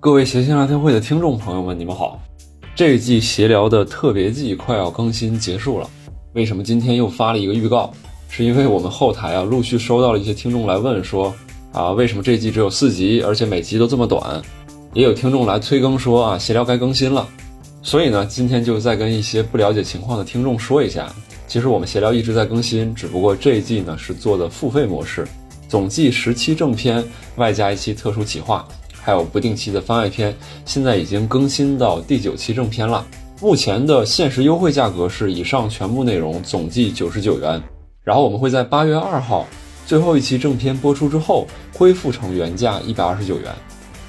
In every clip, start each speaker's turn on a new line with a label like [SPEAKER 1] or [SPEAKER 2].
[SPEAKER 1] 各位谐星聊天会的听众朋友们，你们好！这一季闲聊的特别季快要更新结束了，为什么今天又发了一个预告？是因为我们后台啊陆续收到了一些听众来问说啊为什么这季只有四集，而且每集都这么短？也有听众来催更说啊闲聊该更新了，所以呢今天就再跟一些不了解情况的听众说一下，其实我们闲聊一直在更新，只不过这一季呢是做的付费模式，总计十期正片，外加一期特殊企划。还有不定期的番外篇，现在已经更新到第九期正片了。目前的限时优惠价格是以上全部内容总计九十九元，然后我们会在八月二号最后一期正片播出之后恢复成原价一百二十九元。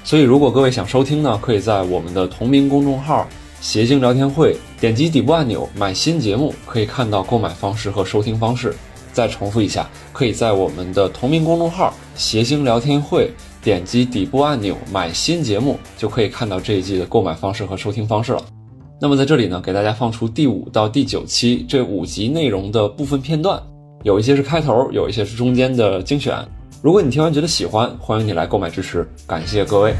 [SPEAKER 1] 所以如果各位想收听呢，可以在我们的同名公众号“邪经聊天会”点击底部按钮买新节目，可以看到购买方式和收听方式。再重复一下，可以在我们的同名公众号“谐星聊天会”点击底部按钮买新节目，就可以看到这一季的购买方式和收听方式了。那么在这里呢，给大家放出第五到第九期这五集内容的部分片段，有一些是开头，有一些是中间的精选。如果你听完觉得喜欢，欢迎你来购买支持，感谢各位。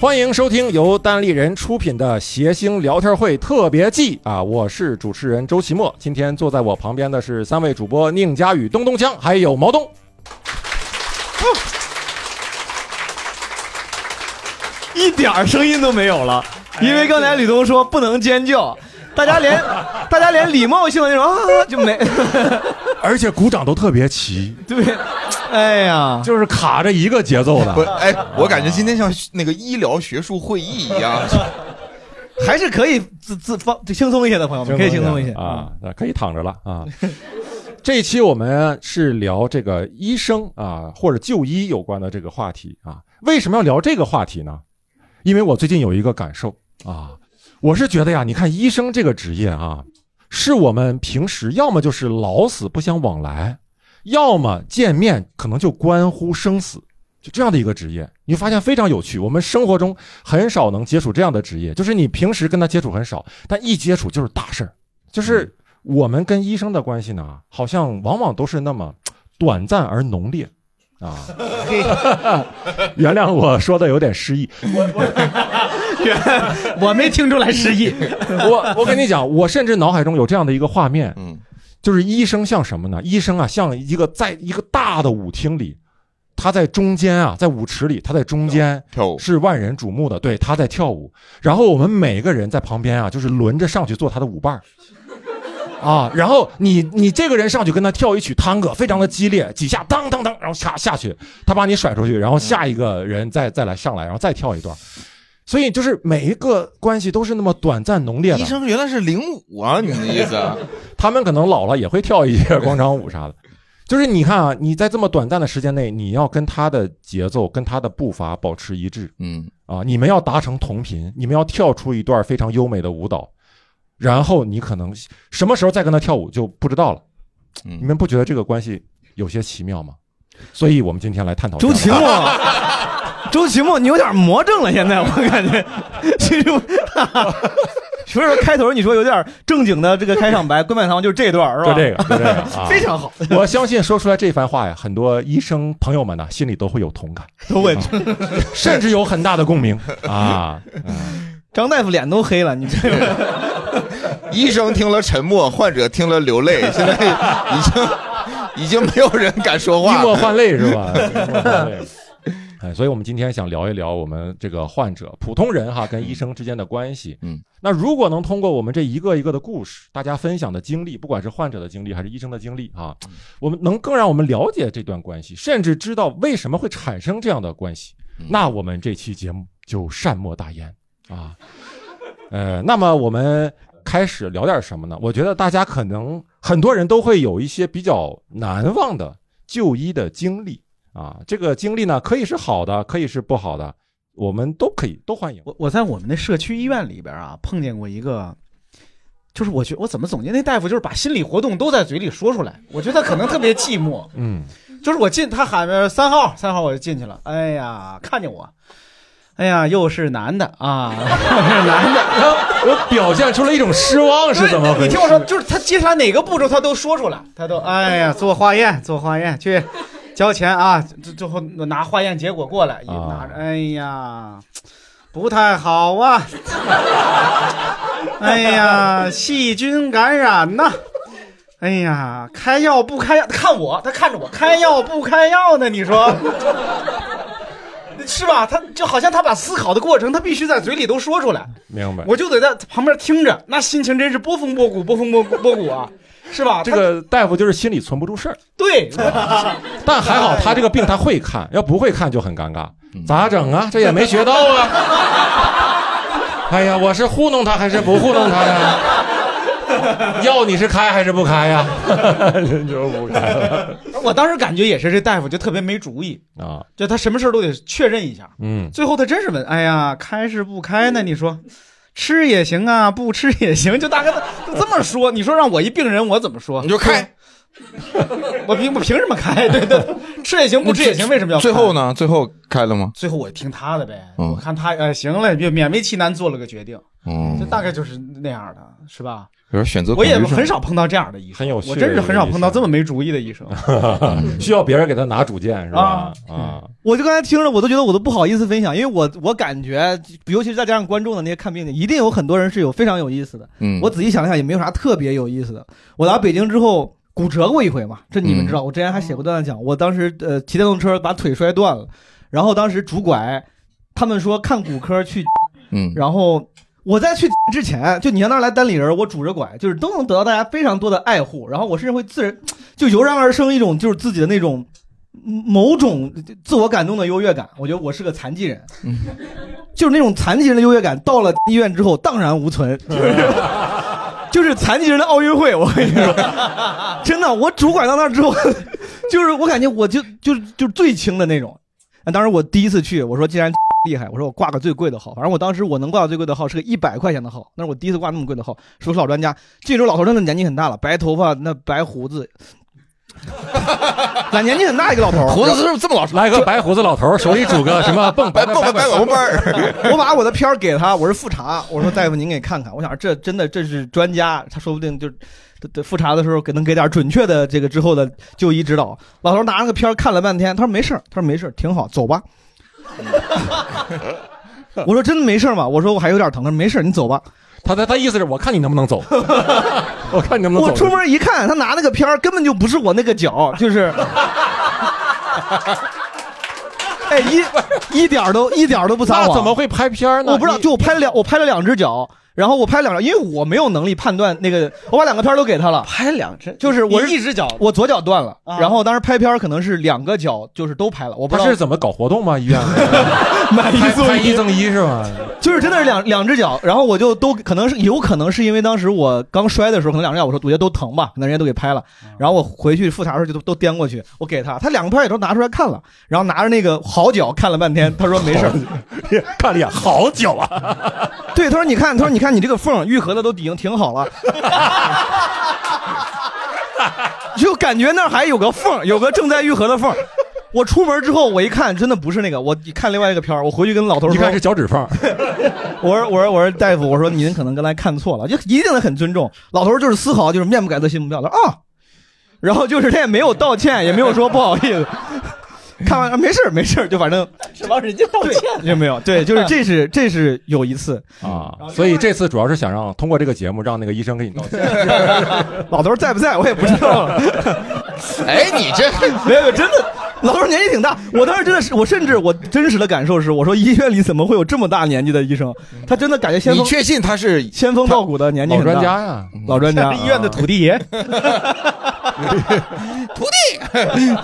[SPEAKER 2] 欢迎收听由单立人出品的《谐星聊天会》特别季啊！我是主持人周奇墨，今天坐在我旁边的是三位主播宁佳宇、东东江，还有毛东。
[SPEAKER 3] 一点儿声音都没有了，
[SPEAKER 2] 哎
[SPEAKER 3] 因为刚才吕东说不能尖叫，大 家连大家连礼貌性的那种啊就没，
[SPEAKER 2] 而且鼓掌都特别齐，
[SPEAKER 3] 对，哎呀，
[SPEAKER 2] 就是卡着一个节奏
[SPEAKER 4] 不，
[SPEAKER 2] 的。
[SPEAKER 4] 哎，我感觉今天像那个医疗学术会议一样，
[SPEAKER 3] 还是可以自自放轻松一些 的朋友们，可以轻松一些。
[SPEAKER 2] 啊，那可以躺着了啊。这一期我们是聊这个医生啊或者就医有关的这个话题啊。为什么要聊这个话题呢？因为我最近有一个感受啊，我是觉得呀，你看医生这个职业啊，是我们平时要么就是老死不相往来，要么见面可能就关乎生死，就这样的一个职业，你会发现非常有趣。我们生活中很少能接触这样的职业，就是你平时跟他接触很少，但一接触就是大事儿。就是我们跟医生的关系呢，好像往往都是那么短暂而浓烈。啊， 原谅我说的有点失意，
[SPEAKER 3] 我没听出来失忆，
[SPEAKER 2] 我我跟你讲，我甚至脑海中有这样的一个画面，
[SPEAKER 4] 嗯，
[SPEAKER 2] 就是医生像什么呢？医生啊，像一个在一个大的舞厅里，他在中间啊，在舞池里，他在中间
[SPEAKER 4] 跳舞
[SPEAKER 2] 是万人瞩目的，对，他在跳舞。然后我们每个人在旁边啊，就是轮着上去做他的舞伴儿。啊，然后你你这个人上去跟他跳一曲探戈，非常的激烈，几下当当当，然后下下去，他把你甩出去，然后下一个人再再来上来，然后再跳一段，所以就是每一个关系都是那么短暂浓烈的。
[SPEAKER 4] 医生原来是领舞啊，你们的意思？
[SPEAKER 2] 他们可能老了也会跳一些广场舞啥的。就是你看啊，你在这么短暂的时间内，你要跟他的节奏、跟他的步伐保持一致
[SPEAKER 4] 嗯，
[SPEAKER 2] 啊，你们要达成同频，你们要跳出一段非常优美的舞蹈，然后你可能什么时候再跟他跳舞就不知道了。
[SPEAKER 4] 嗯
[SPEAKER 2] 你们不觉得这个关系有些奇妙吗？所以我们今天来探讨这啊
[SPEAKER 3] 周
[SPEAKER 2] 样的
[SPEAKER 3] 奇墨，周奇墨，你有点魔怔了，现在我感 觉，其实我，所以说开头你说有点正经的这个开场白，关满堂就是这段是吧？
[SPEAKER 2] 就这个，就这个啊，
[SPEAKER 3] 非常好，
[SPEAKER 2] 我相信说出来这番话呀，很多医生朋友们呢心里都会有同感，
[SPEAKER 3] 都 会。
[SPEAKER 2] 啊甚至有很大的共鸣啊。
[SPEAKER 3] 张大夫脸都黑了，你这个
[SPEAKER 4] 医生听了沉默，患者听了流 泪，现在已经已经没有人敢说
[SPEAKER 2] 以
[SPEAKER 4] 话
[SPEAKER 2] 墨
[SPEAKER 4] 了。
[SPEAKER 2] 换类 是吧？以墨换类。哎，所以我们今天想聊一聊我们这个患者、普通人哈跟医生之间的关系。
[SPEAKER 4] 嗯，
[SPEAKER 2] 那如果能通过我们这一个一个的故事，大家分享的经历，不管是患者的经历还是医生的经历啊，
[SPEAKER 4] 嗯
[SPEAKER 2] 我们能更让我们了解这段关系，甚至知道为什么会产生这样的关系，
[SPEAKER 4] 嗯
[SPEAKER 2] 那我们这期节目就善莫大焉啊。呃，那么我们开始聊点什么呢？我觉得大家可能很多人都会有一些比较难忘的就医的经历啊。这个经历呢，可以是好的，可以是不好的，我们都可以都欢迎。
[SPEAKER 5] 我我在我们那社区医院里边啊，碰见过一个，就是我觉我怎么总结那大夫就是把心理活动都在嘴里说出来，我觉得他可能特别寂寞。
[SPEAKER 2] 嗯，
[SPEAKER 5] 就是我进他喊着三号三号我就进去了，哎呀看见我，哎呀又是男的 啊，又是男的。
[SPEAKER 2] 我表现出了一种失望是怎么
[SPEAKER 5] 你
[SPEAKER 2] 回事
[SPEAKER 5] 啊听？我说，就是他接下来哪个步骤他都说出来，他都哎呀做化验做化验去。交钱啊，最最后拿化验结果过来，一拿着，哎呀，不太好啊， 哎呀，细菌感染呐、哎呀，开药不开药？看我，他看着我，开药不开药呢？你说 是吧？他就好像他把思考的过程，他必须在嘴里都说出来。
[SPEAKER 2] 明白。
[SPEAKER 5] 我就得在旁边听着，那心情真是波峰波谷，波峰波谷波谷啊，是吧？
[SPEAKER 2] 这个大夫就是心里存不住事儿，
[SPEAKER 5] 对，
[SPEAKER 2] 但还好他这个病他会看，要不会看就很尴尬，咋整啊？这也没学到啊！哎呀，我是糊弄他还是不糊弄他呀？药你是开还是不开 呀？人就不开了
[SPEAKER 5] 我当时感觉也是，这大夫就特别没主意，
[SPEAKER 2] 啊，
[SPEAKER 5] 就他什么事儿都得确认一下。
[SPEAKER 2] 嗯，
[SPEAKER 5] 最后他真是问：“哎呀，开是不开呢？”你说，吃也行啊，不吃也行，就大概就这么说。你说让我一病人，我怎么说？你
[SPEAKER 4] 就开，
[SPEAKER 5] 我凭我凭什么开？对对，对吃也行，不吃也行，为什么要开？
[SPEAKER 4] 最后呢？最后开了吗？
[SPEAKER 5] 最后我听他的呗，
[SPEAKER 4] 嗯
[SPEAKER 5] 我看他呃行了，就勉为其难做了个决定，就
[SPEAKER 4] 嗯，
[SPEAKER 5] 大概就是那样的，是吧？
[SPEAKER 4] 有点选择
[SPEAKER 5] 我
[SPEAKER 4] 恐惧
[SPEAKER 5] 也
[SPEAKER 4] 症。
[SPEAKER 5] 很少碰到这样的医生，
[SPEAKER 2] 很有趣
[SPEAKER 5] 我真是很少碰到这么没主意的医生。
[SPEAKER 3] 嗯
[SPEAKER 2] 需要别人给他拿主见是吧？啊，
[SPEAKER 3] 我就刚才听着，我都觉得我都不好意思分享，因为我我感觉，尤其是再加上观众的那些看病的，一定有很多人是有非常有意思的。
[SPEAKER 4] 嗯
[SPEAKER 3] 我仔细想了想，也没有啥特别有意思的。我来北京之后骨折过一回嘛，这你们
[SPEAKER 4] 嗯
[SPEAKER 3] 知道，我之前还写过段子讲，我当时呃骑电动车把腿摔断了，然后当时拄拐，他们说看骨科去，
[SPEAKER 4] 嗯
[SPEAKER 3] 然后。我在去之前，就你像那儿来单立人，我拄着拐，就是都能得到大家非常多的爱护，然后我甚至会自然就油然而生一种就是自己的那种某种自我感动的优越感。我觉得我是个残疾人，就是那种残疾人的优越感，到了医院之后荡然无存，就是就是残疾人的奥运会。我跟你说，真的，我拄拐到那儿之后， 就是我感觉我就就就是最轻的那种。啊当时我第一次去，我说既然 厉害，我说我挂个最贵的号，反正我当时我能挂到最贵的号是个一百块钱的号，那是我第一次挂那么贵的号。说是老专家，这时候老头真的年纪很大了，白头发那白胡子， 那年纪很大一个老头儿，
[SPEAKER 4] 胡子是这么老
[SPEAKER 2] 来个白胡子老头儿手里拄个什么蹦
[SPEAKER 4] 白
[SPEAKER 2] 白
[SPEAKER 4] 蹦白白红班 儿，
[SPEAKER 3] 我把我的片儿给他，我是复查，我说大夫您给看看，我想这真的这是专家，他说不定就。对对，复查的时候给能给点准确的这个之后的就医指导。老头拿那个片儿看了半天，他说没事儿，他说没事儿，挺好，走吧。 我说真的没事儿吗？我说我还有点疼。他说没事儿，你走吧。
[SPEAKER 2] 他他他意思是我看你能不能 走，我看你能不能
[SPEAKER 3] 我
[SPEAKER 2] 走。
[SPEAKER 3] 出门一看，他拿那个片儿根本就不是我那个脚， 就是，哎一一点儿都一点儿都不撒
[SPEAKER 2] 那
[SPEAKER 3] 谎。
[SPEAKER 2] 怎么会拍片儿呢？
[SPEAKER 3] 我不知道，
[SPEAKER 2] 你
[SPEAKER 3] 就我拍了两，我拍了两只脚，然后我拍两张，因为我没有能力判断那个，我把两个片儿都给他了，
[SPEAKER 5] 拍两针，
[SPEAKER 3] 就是我
[SPEAKER 5] 你
[SPEAKER 3] 是
[SPEAKER 5] 一只脚，
[SPEAKER 3] 我左脚断了，
[SPEAKER 5] 啊
[SPEAKER 3] 然后当时拍片儿可能是两个脚就是都拍了，我不知
[SPEAKER 2] 他
[SPEAKER 3] 道
[SPEAKER 2] 是怎么搞活动吗？医院
[SPEAKER 3] 买
[SPEAKER 2] 拍拍一赠一是吧？
[SPEAKER 3] 就是真的是两两只脚，然后我就都可能是有可能是因为当时我刚摔的时候，可能两只脚我说我觉得都疼吧，可能人家都给拍了，
[SPEAKER 2] 嗯
[SPEAKER 3] 然后我回去复查的时候就都都颠过去，我给他，他两个片儿也都拿出来看了，然后拿着那个好脚看了半天，他说没事儿，
[SPEAKER 2] 看了一眼，好久啊！
[SPEAKER 3] 对，他说你看，他说你看你这个缝儿愈合的都已经挺好了， 就感觉那儿还有个缝儿，有个正在愈合的缝儿。我出门之后，我一看，真的不是那个。我一看另外一个片儿，我回去跟老头儿
[SPEAKER 2] 一
[SPEAKER 3] 说
[SPEAKER 2] 看是，脚趾缝儿，
[SPEAKER 3] 我说我说我说大夫，我说您可能刚才看错了，就一定得很尊重。老头儿就是丝毫就是面不改色心不跳，他说啊，然后就是他也没有道歉，也没有说不好意思，看完啊没事儿没事儿，就反正
[SPEAKER 5] 帮人家道歉。
[SPEAKER 3] 也没有对，就是这是这是有一次，
[SPEAKER 2] 啊，所以这次主要是想让通过这个节目让那个医生给你道歉。
[SPEAKER 3] 老头儿在不在我也不知道了。
[SPEAKER 4] 哎，你这
[SPEAKER 3] 没有，没有真的，老头儿年纪挺大。我当时真的是，我甚至我真实的感受是，我说医院里怎么会有这么大年纪的医生？他真的感觉先
[SPEAKER 4] 你
[SPEAKER 3] 锋
[SPEAKER 4] 确信他是
[SPEAKER 3] 先锋到骨的年纪
[SPEAKER 2] 老
[SPEAKER 3] 很大
[SPEAKER 2] 专，家呀，
[SPEAKER 3] 老
[SPEAKER 4] 嗯
[SPEAKER 3] 专家，啊
[SPEAKER 5] 医院的土地爷，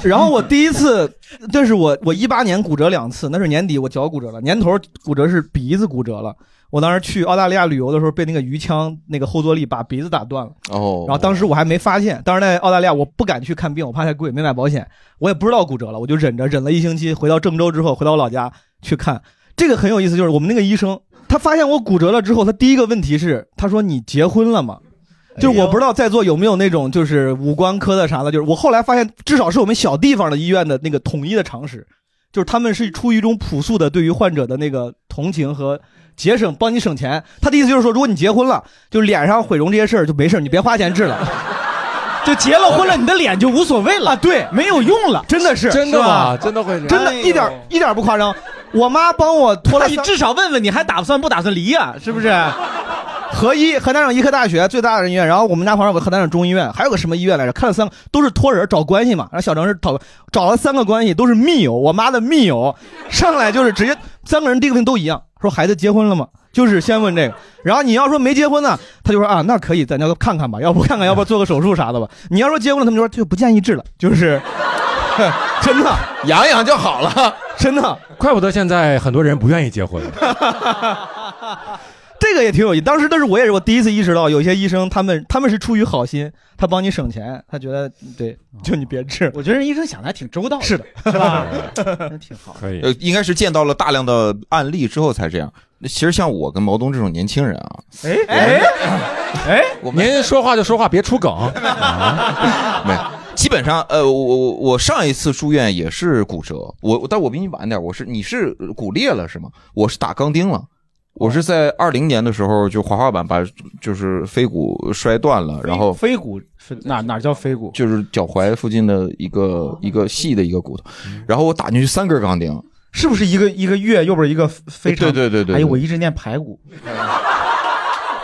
[SPEAKER 3] 然后我第一次，这是我我一八年骨折两次，那是年底我脚骨折了，年头骨折是鼻子骨折了。我当时去澳大利亚旅游的时候，被那个鱼枪那个后坐力把鼻子打断了。
[SPEAKER 4] 哦，
[SPEAKER 3] 然后当时我还没发现，当时在澳大利亚我不敢去看病，我怕太贵，没买保险，我也不知道骨折了，我就忍着，忍了一星期，回到郑州之后，回到我老家去看。这个很有意思，就是我们那个医生，他发现我骨折了之后，他第一个问题是，他说你结婚了吗？就是我不知道在座有没有那种就是五官科的啥的，就是我后来发现，至少是我们小地方的医院的那个统一的常识，就是他们是出于一种朴素的对于患者的那个同情和节省，帮你省钱。他的意思就是说，如果你结婚了，就脸上毁容这些事儿就没事儿，你别花钱治了。
[SPEAKER 5] 就结了婚了，你的脸就无所谓了啊，
[SPEAKER 3] 对，
[SPEAKER 5] 没有用了，
[SPEAKER 3] 真的是
[SPEAKER 2] 真的
[SPEAKER 3] 是
[SPEAKER 2] 吗？
[SPEAKER 3] 吧
[SPEAKER 2] 真的会这样？
[SPEAKER 4] 哎
[SPEAKER 3] 真的，一点一点不夸张。我妈帮我拖
[SPEAKER 5] 那
[SPEAKER 3] 了
[SPEAKER 5] 你
[SPEAKER 3] 三
[SPEAKER 5] 至少问问你还打算不打算离啊？是不是？
[SPEAKER 3] 河医，河南省医科大学最大的医院，然后我们家旁边有个河南省中医院，还有个什么医院来着？看了三个，都是托人找关系嘛。然后小张是找找了三个关系，都是密友，我妈的密友，上来就是直接三个人第一个问题都一样，说孩子结婚了吗？就是先问这个，然后你要说没结婚呢，他就说啊，那可以，咱就看看吧，要不看看，要不做个手术啥的吧。你要说结婚了，他们就说就不建议治了，就是， 真的，
[SPEAKER 4] 养养就好 了。
[SPEAKER 3] 真的，
[SPEAKER 2] 怪不得现在很多人不愿意结婚。
[SPEAKER 3] 这个也挺有意思。当时那是我也是我第一次意识到，有些医生他们他们是出于好心，他帮你省钱，他觉得对，
[SPEAKER 2] 哦
[SPEAKER 3] 就你别治。
[SPEAKER 5] 我觉得人医生想的还挺周到的，是的，是 吧？那挺好。
[SPEAKER 2] 可以，
[SPEAKER 4] 呃，应该是见到了大量的案例之后才这样。那其实像我跟毛东这种年轻人啊，
[SPEAKER 5] 哎
[SPEAKER 4] 哎
[SPEAKER 3] 哎
[SPEAKER 4] 我们
[SPEAKER 2] 您说话就说话，别出梗。
[SPEAKER 4] 没，基本上，呃，我我我上一次住院也是骨折，我但我比你晚点，我是你是骨裂了是吗？我是打钢钉了，我是在二零年的时候就滑滑板把就是腓骨摔断了，然后
[SPEAKER 5] 飞骨是哪哪叫飞骨？哦
[SPEAKER 4] 就是脚踝附近的一个一个细的一个骨头，
[SPEAKER 5] 嗯
[SPEAKER 4] 然后我打进去三根钢钉，
[SPEAKER 5] 是不是一个一个月，又不是一个非常？
[SPEAKER 4] 对对对对对
[SPEAKER 5] 哎呦，我一直念排骨，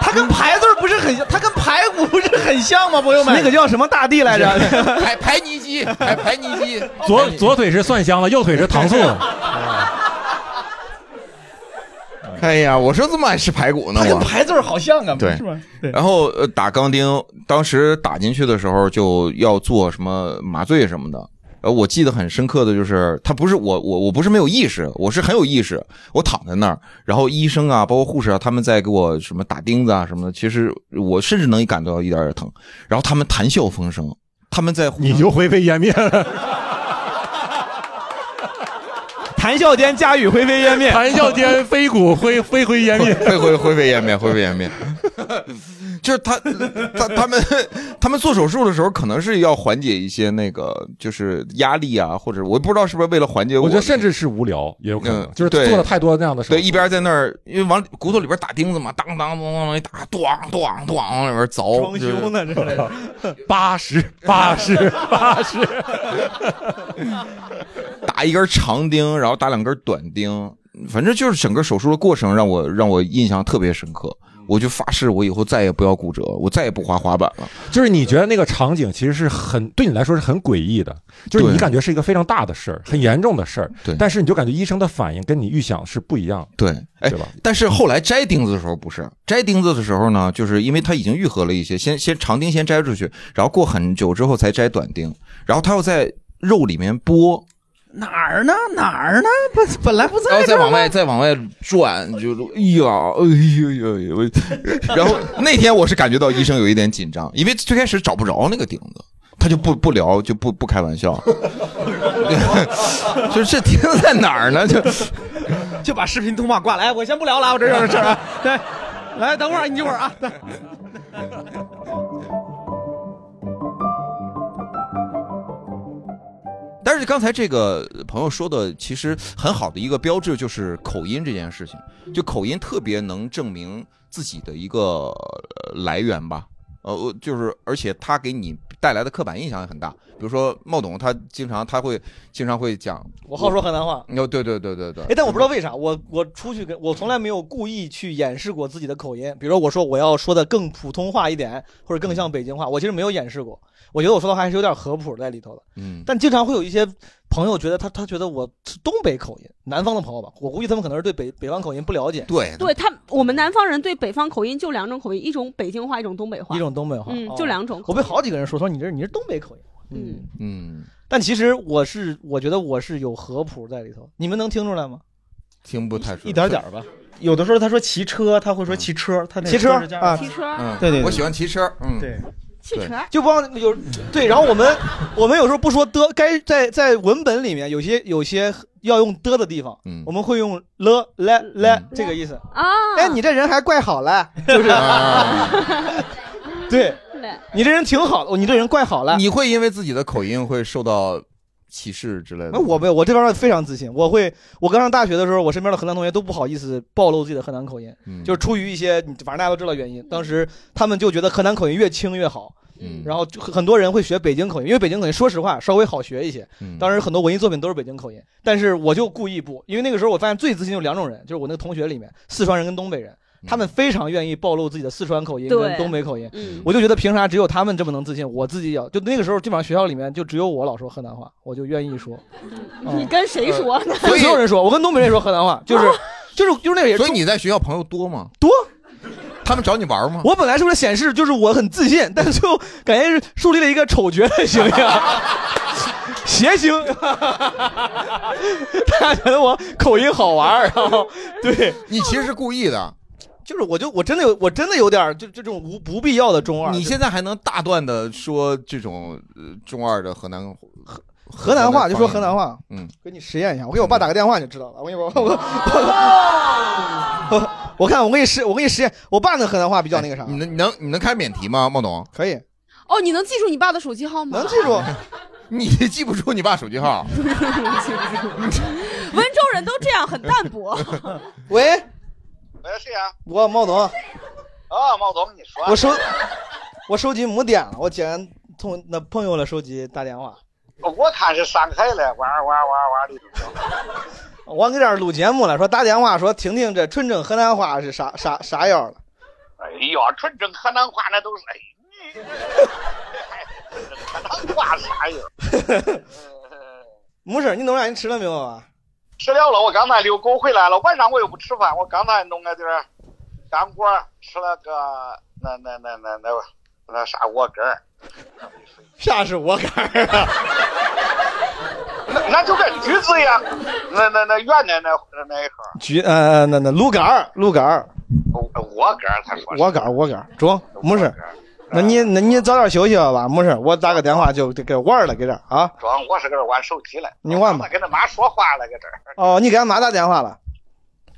[SPEAKER 3] 他跟牌子不是很像，他跟排骨不是很像吗？朋友
[SPEAKER 5] 们
[SPEAKER 3] 那个叫什么大地来着？
[SPEAKER 4] 排排泥机，排排泥机，
[SPEAKER 2] 左左腿是蒜香了，右腿是糖醋。
[SPEAKER 4] 哎呀，我说怎么爱吃排骨呢
[SPEAKER 5] 它跟
[SPEAKER 4] 我。
[SPEAKER 5] 排字儿好像啊，
[SPEAKER 4] 对
[SPEAKER 5] 是吧？对，
[SPEAKER 4] 然后呃打钢钉，当时打进去的时候就要做什么麻醉什么的。呃，我记得很深刻的就是，他不是我我我不是没有意识，我是很有意识，我躺在那儿，然后医生啊，包括护士啊，他们在给我什么打钉子啊什么的，其实我甚至能感觉到一点点疼，然后他们谈笑风生，他们在互
[SPEAKER 2] 你就灰飞烟 灭了，
[SPEAKER 3] 谈笑间，佳语灰飞 烟灭。
[SPEAKER 2] 谈笑间飞骨灰飞灰烟灭。
[SPEAKER 4] 会会灰飞烟灭，灰飞烟灭。就是他他他们他们做手术的时候，可能是要缓解一些那个就是压力啊，或者我不知道是不是为了缓解
[SPEAKER 2] 我
[SPEAKER 4] 我
[SPEAKER 2] 觉得甚至是无聊也有可能，
[SPEAKER 4] 嗯
[SPEAKER 2] 就是
[SPEAKER 4] 对
[SPEAKER 2] 做了太多那样的事。
[SPEAKER 4] 对，一边在那儿，因为往骨头里边打钉子嘛，当当当当一打，咣咣咣往里边凿，就是
[SPEAKER 3] 呢，这是。
[SPEAKER 2] 八十八 十八十，
[SPEAKER 4] 打一根长钉，然后打两根短钉，反正就是整个手术的过程让我让我印象特别深刻。我就发誓，我以后再也不要骨折，我再也不滑滑板了。
[SPEAKER 2] 就是 你觉得那个场景其实是很对你来说是很诡异的，就是你
[SPEAKER 4] 对
[SPEAKER 2] 感觉是一个非常大的事儿，很严重的事儿，
[SPEAKER 4] 对
[SPEAKER 2] 但是你就感觉医生的反应跟你预想是不一样的，
[SPEAKER 4] 对，哎
[SPEAKER 2] 对，吧？
[SPEAKER 4] 但是后来摘钉子的时候不是摘钉子的时候呢，就是因为它已经愈合了一些，先先长钉先摘出去，然后过很久之后才摘短钉，然后它又在肉里面剥，
[SPEAKER 5] 哪儿呢？哪儿呢？本本来不
[SPEAKER 4] 然
[SPEAKER 5] 在
[SPEAKER 4] 后
[SPEAKER 5] 这
[SPEAKER 4] 再
[SPEAKER 5] 儿啊吗
[SPEAKER 4] 往外再往外转，就是哎呀，哎呦呦呦， 我哎然后那天我是感觉到医生有一点紧张，因为最开始找不着那个钉子。他就不不聊，就不不开玩笑， 就是这钉子在哪儿呢？就
[SPEAKER 5] 就把视频通话挂了。哎，我先不聊了，我这有事 儿啊。对，来，等会儿你一会儿啊。
[SPEAKER 4] 但是刚才这个朋友说的，其实很好的一个标志就是口音这件事情，就口音特别能证明自己的一个呃来源吧。呃，我就是，而且他给你带来的刻板印象也很大。比如说茂董，他经常他会经常会讲，
[SPEAKER 3] 我好说河南话。
[SPEAKER 4] 哦，对对对对对
[SPEAKER 3] 哎，，但我不知道为啥，我我出去跟我从来没有故意去掩饰过自己的口音。比如说，我说我要说的更普通话一点，或者更像北京话，我其实没有掩饰过。我觉得我说的话还是有点合谱在里头的。
[SPEAKER 4] 嗯，
[SPEAKER 3] 但经常会有一些朋友觉得他他觉得我是东北口音，南方的朋友吧，我估计他们可能是对北北方口音不了解，
[SPEAKER 4] 对
[SPEAKER 6] 对他，我们南方人对北方口音就两种口音，一种北京话，一种东北话
[SPEAKER 3] 一。种东北话，
[SPEAKER 6] 嗯
[SPEAKER 3] 哦，
[SPEAKER 6] 就。两种口音。
[SPEAKER 3] 我被好几个人说说你这你是东北口音，
[SPEAKER 6] 嗯，
[SPEAKER 4] 嗯，
[SPEAKER 3] 但其实我是我觉得我是有合谱在里头，你们能听出来吗？
[SPEAKER 4] 听不太出来
[SPEAKER 5] 一点点儿吧。有的时候他说骑车，他会说骑车，他那
[SPEAKER 3] 嗯骑车
[SPEAKER 5] 是这样
[SPEAKER 3] 啊
[SPEAKER 6] 骑，车，
[SPEAKER 4] 嗯，
[SPEAKER 5] 对对对
[SPEAKER 4] 我喜欢骑车，嗯，
[SPEAKER 5] 对，
[SPEAKER 6] 汽车，
[SPEAKER 3] 就帮有对，然后我们我们有时候不说的，该在在文本里面有些有些要用的的地方，
[SPEAKER 4] 嗯
[SPEAKER 3] 我，们会用了来来
[SPEAKER 4] 嗯
[SPEAKER 3] 这个意思。
[SPEAKER 7] 哦
[SPEAKER 6] 啊，
[SPEAKER 3] 哎，你这人还怪好 了，就是
[SPEAKER 4] 啊
[SPEAKER 3] 对
[SPEAKER 6] 嘞
[SPEAKER 3] 你这人挺好的，你这人怪好了。
[SPEAKER 4] 你会因为自己的口音会受到歧视之类的吗？
[SPEAKER 3] 那我没有，我这方面非常自信。我会，我刚上大学的时候，我身边的河南同学都不好意思暴露自己的河南口音，
[SPEAKER 4] 嗯
[SPEAKER 3] 就是出于一些，反正大家都知道原因。当时他们就觉得河南口音越轻越好，
[SPEAKER 4] 嗯
[SPEAKER 3] 然后就很多人会学北京口音，因为北京口音说实话稍微好学一些。
[SPEAKER 4] 嗯
[SPEAKER 3] 当然，很多文艺作品都是北京口音，但是我就故意不，因为那个时候我发现最自信有两种人，就是我那个同学里面，四川人跟东北人，
[SPEAKER 4] 嗯
[SPEAKER 3] 他们非常愿意暴露自己的四川口音
[SPEAKER 6] 对
[SPEAKER 3] 跟东北口音。
[SPEAKER 6] 嗯
[SPEAKER 3] 我就觉得凭啥只有他们这么能自信，我自己也要就那个时候基本上学校里面就只有我老说河南话，我就愿意说。
[SPEAKER 6] 你跟谁说呢？
[SPEAKER 3] 哦呃 跟所有人说，我跟东北人说河南话，就是就是就是那个也。
[SPEAKER 4] 所以你在学校朋友多吗？
[SPEAKER 3] 多，
[SPEAKER 4] 他们找你玩吗？
[SPEAKER 3] 我本来是为了显示就是我很自信，但最后感觉是树立了一个丑角的形象， 邪星。大家觉得我口音好玩儿，然 后对
[SPEAKER 4] 你其实是故意的，
[SPEAKER 3] 就是我就我真的有我真的有点儿就就这种无不必要的中二。
[SPEAKER 4] 你
[SPEAKER 3] 就
[SPEAKER 4] 现在还能大段的说这种呃中二的河南河
[SPEAKER 3] 河南话就说河南话，
[SPEAKER 4] 嗯，
[SPEAKER 3] 给你实验一下，我给我爸打个电话你就知道了。 我给我我我我 我看我给你实我给你实验，我爸那河南话比较那个啥，
[SPEAKER 4] 哎你能你能你能开免提吗，孟董？
[SPEAKER 3] 可以，
[SPEAKER 6] 哦，你能记住你爸的手机号吗？
[SPEAKER 3] 能记住。
[SPEAKER 4] 你记不住你爸手机号，
[SPEAKER 6] 温州人都这样，很 淡薄。
[SPEAKER 3] 喂，
[SPEAKER 8] 喂，是呀、
[SPEAKER 3] 我毛总，
[SPEAKER 8] 啊？茂总，你说
[SPEAKER 3] 我收我收集母点了，我竟然从那朋友那手机打电话，
[SPEAKER 8] 我看是上海了，哇哇哇哇的。
[SPEAKER 3] 我给这儿录节目了，说打电话说听听这纯正河南话是啥啥啥样了。
[SPEAKER 8] 哎呀，纯正河南话那都是，哎，哎你这河南话啥呀？
[SPEAKER 3] 没事儿，你弄啥？你吃了没有啊？
[SPEAKER 8] 吃了了，我刚才遛狗回来了，晚上我又不吃饭，我刚才弄了点儿干果，吃了个那那那那那那啥窝根儿，
[SPEAKER 3] 啥是我干儿啊？
[SPEAKER 8] 那那就跟橘子一样，那那那圆的那那一盒，
[SPEAKER 3] 橘呃那那鹿杆儿鹿杆儿
[SPEAKER 8] 窝窝根儿，他说是
[SPEAKER 3] 我杆儿我杆儿中，没事
[SPEAKER 8] 窝
[SPEAKER 3] 儿
[SPEAKER 8] 根。儿
[SPEAKER 3] 那你那你早点休息吧，没事，我打个电话就给玩了，给这儿啊。
[SPEAKER 8] 装，我是搁这玩手机嘞。
[SPEAKER 3] 你玩吧
[SPEAKER 8] 我跟他妈说话了，搁这儿。
[SPEAKER 3] 哦，你给俺妈打电话了，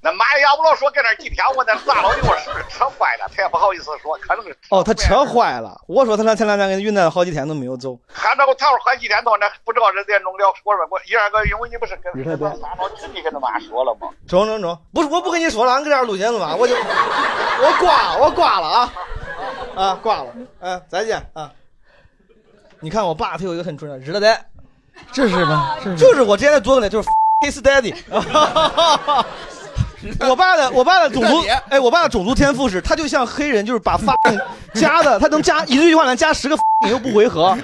[SPEAKER 8] 那妈要不老说搁这儿几天，我那大老六是不是车坏了？他也不好意思说，可能是
[SPEAKER 3] 哦，他车坏了。我说他俩前两天跟云南好几天都没有走，
[SPEAKER 8] 喊那个头喊一天到那不知道人家弄了。我说我一二个，因为你不是跟
[SPEAKER 3] 你
[SPEAKER 8] 跟
[SPEAKER 3] 看
[SPEAKER 8] 咱仨老弟跟他妈说了吗？
[SPEAKER 3] 中中中，不是我不跟你说了，俺搁这儿录节目吧，我就我挂我挂了啊啊挂了，嗯、再见啊。你看我爸他有一个很重要，日了呆，
[SPEAKER 5] 这是吧？这
[SPEAKER 3] 就是我之前在桌子里就是 his daddy。我爸的我爸的种族
[SPEAKER 4] 日了
[SPEAKER 3] 哎，我爸的种族天赋是，他就像黑人，就是把发加的，他能加一句话能加十个你又不回合。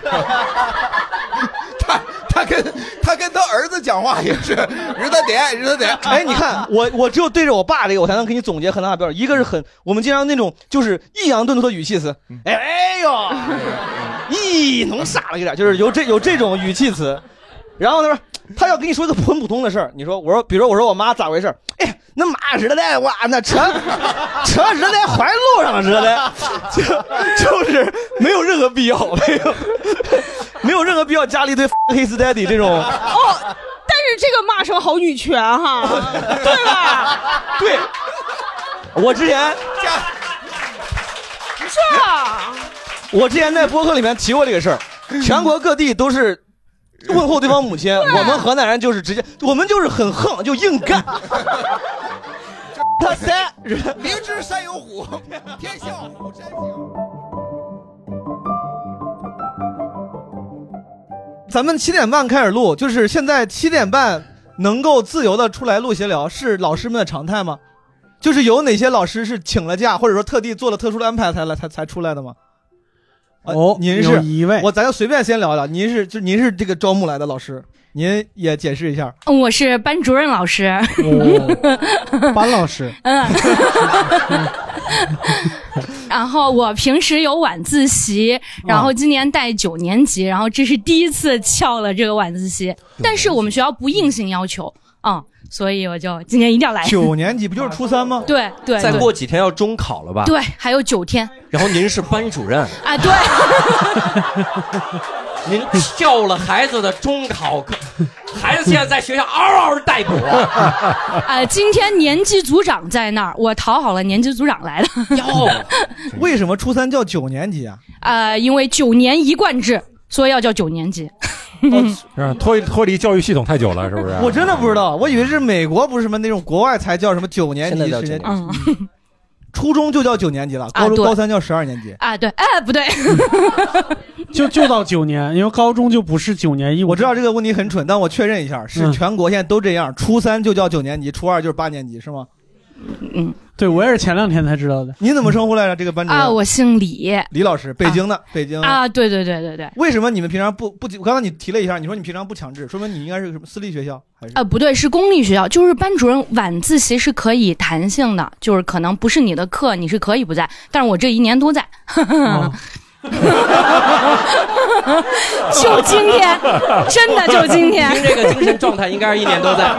[SPEAKER 4] 他他跟他跟他儿子讲话也是日他点日他点，
[SPEAKER 3] 哎，你看我，我只有对着我爸这个，我才能给你总结很大的标准。一个是很，我们经常那种就是抑扬顿挫的语气词，
[SPEAKER 4] 嗯
[SPEAKER 3] 哎哎呦，咦，弄傻了有点，就是有这有这种语气词。然后他说他要跟你说一个很普通的事儿，你说我说，比如说我说我妈咋回事儿？哎，那马日的嘞，哇，那车车日的嘞，环路上日的嘞，就就是没有任何必要，没有没有任何必要加了一堆 黑丝 daddy 这种。
[SPEAKER 6] 哦，但是这个骂声好女权哈，对吧？
[SPEAKER 3] 对，我之前
[SPEAKER 6] 是啊，
[SPEAKER 3] 我之前在播客里面提过这个事儿，全国各地都是。问候对方母亲，我们河南人就是直接，我们就是很横，就硬干。他三人
[SPEAKER 4] 明知山有虎，偏向虎山行。
[SPEAKER 3] 咱们七点半开始录，就是现在七点半能够自由的出来录闲聊，是老师们的常态吗？就是有哪些老师是请了假，或者说特地做了特殊的安排才来才才出来的吗？啊
[SPEAKER 5] 哦，
[SPEAKER 3] 您
[SPEAKER 5] 有
[SPEAKER 3] 是
[SPEAKER 5] 一位，
[SPEAKER 3] 我咱就随便先聊聊，您是就您是这个招募来的老师，您也解释一下。
[SPEAKER 9] 嗯我是班主任老师，嗯
[SPEAKER 5] 班 老师，
[SPEAKER 9] 然后我平时有晚自习，然后今年带九年级，然后这是第一次翘了这个晚自习，但是我们学校不硬性要求啊、嗯所以我就今年一定要来。
[SPEAKER 3] 九年级不就是初三吗？
[SPEAKER 9] 对对
[SPEAKER 10] 再
[SPEAKER 9] 对
[SPEAKER 10] 过几天要中考了吧？
[SPEAKER 9] 对，还有九天
[SPEAKER 10] 然后您是班主任，
[SPEAKER 9] 啊，对，
[SPEAKER 10] 您跳了孩子的中考课，孩子现在在学校嗷嗷待哺。
[SPEAKER 9] 啊，今天年级组长在那儿，我讨好了年级组长来的，
[SPEAKER 10] 哟，
[SPEAKER 3] 为什么初三叫九年级啊？
[SPEAKER 9] 呃，因为九年一贯制，所以要叫九年级。
[SPEAKER 10] 哦
[SPEAKER 2] 让脱离脱离教育系统太久了，是不是？
[SPEAKER 10] 嗯
[SPEAKER 3] 我真的不知道，我以为是美国不是什么那种国外才叫什么九年级
[SPEAKER 10] 现在叫
[SPEAKER 3] 时间
[SPEAKER 10] 九年级
[SPEAKER 9] 嗯，
[SPEAKER 3] 初中就叫九年级了，
[SPEAKER 9] 啊
[SPEAKER 3] 高中
[SPEAKER 9] 对
[SPEAKER 3] 高三叫十二年级。
[SPEAKER 9] 啊，对，哎，不对，
[SPEAKER 11] 就就到九年，因为高中就不是九年义务。
[SPEAKER 3] 我知道这个问题很蠢，但我确认一下，是
[SPEAKER 11] 嗯
[SPEAKER 3] 全国现在都这样，初三就叫九年级，初二就是八年级，是吗？
[SPEAKER 9] 嗯，
[SPEAKER 11] 对我也是前两天才知道的。
[SPEAKER 3] 你怎么称呼来着？这个班嗯主任
[SPEAKER 9] 啊，我姓李
[SPEAKER 3] 李老师，北京的，北京的
[SPEAKER 9] 啊，对对对对对，
[SPEAKER 3] 为什么你们平常不不？我刚才你提了一下，你说你平常不强制，说明你应该是个什么私立学校还是？
[SPEAKER 9] 呃，不对，是公立学校，就是班主任晚自习是可以弹性的，就是可能不是你的课，你是可以不在，但是我这一年都在， 就今天，真的就今天，
[SPEAKER 10] 听这个精神状态，应该是一年都在。